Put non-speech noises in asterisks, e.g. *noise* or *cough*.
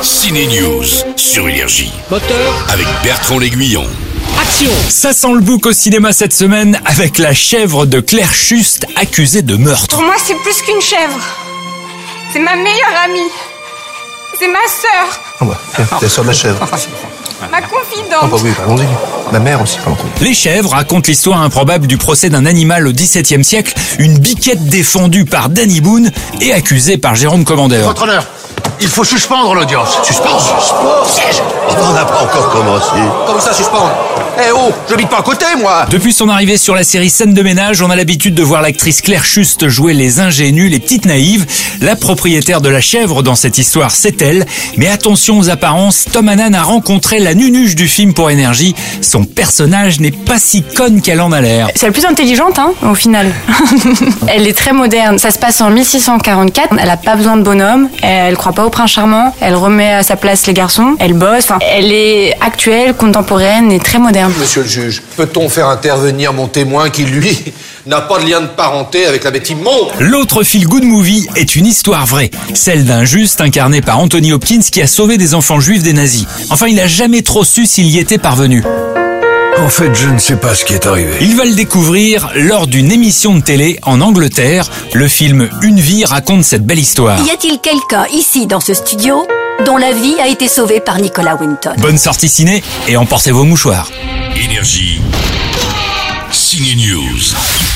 Ciné News sur Énergie Moteur, avec Bertrand L'Aiguillon. action Ça sent le bouc au cinéma cette semaine avec la chèvre de Claire Schuste accusée de meurtre. Pour moi, c'est plus qu'une chèvre. C'est ma meilleure amie. C'est ma sœur, Ah bah, tiens, c'est la sœur de la chèvre. ma Ah bah confidente. oui, bah allons-y. Ma mère aussi, par contre. Les chèvres racontent l'histoire improbable du procès d'un animal au XVIIe siècle, une biquette défendue par Danny Boone et accusée par Jérôme Commander. Votre honneur, il faut suspendre l'audience. Suspens, Oh, suspens, siège On n'a pas encore commencé. Comme ça, suspendre Eh oh, je bite pas à côté, moi Depuis son arrivée sur la série Scène de ménage, on a l'habitude de voir l'actrice Claire Schuste jouer les ingénues, les petites naïves. La propriétaire de la chèvre dans cette histoire, c'est elle. Mais attention aux apparences, Tom Hannan a rencontré la nunuche du film pour énergie. Son personnage n'est pas si conne qu'elle en a l'air. C'est la plus intelligente, hein, au final. *laughs* elle est très moderne. Ça se passe en 1644. Elle a pas besoin de bonhomme. Elle croit pas au prince charmant. Elle remet à sa place les garçons. Elle bosse. Enfin, elle est actuelle, contemporaine et très moderne. Monsieur le juge, peut-on faire intervenir mon témoin qui, lui, *laughs* n'a pas de lien de parenté avec la bête immonde L'autre feel good movie est une histoire vraie, celle d'un juste incarné par Anthony Hopkins qui a sauvé des enfants juifs des nazis. Enfin, il n'a jamais trop su s'il y était parvenu. En fait, je ne sais pas ce qui est arrivé. Il va le découvrir lors d'une émission de télé en Angleterre. Le film Une vie raconte cette belle histoire. Y a-t-il quelqu'un ici dans ce studio dont la vie a été sauvée par Nicolas Winton Bonne sortie ciné et emportez vos mouchoirs. Énergie. Ciné News.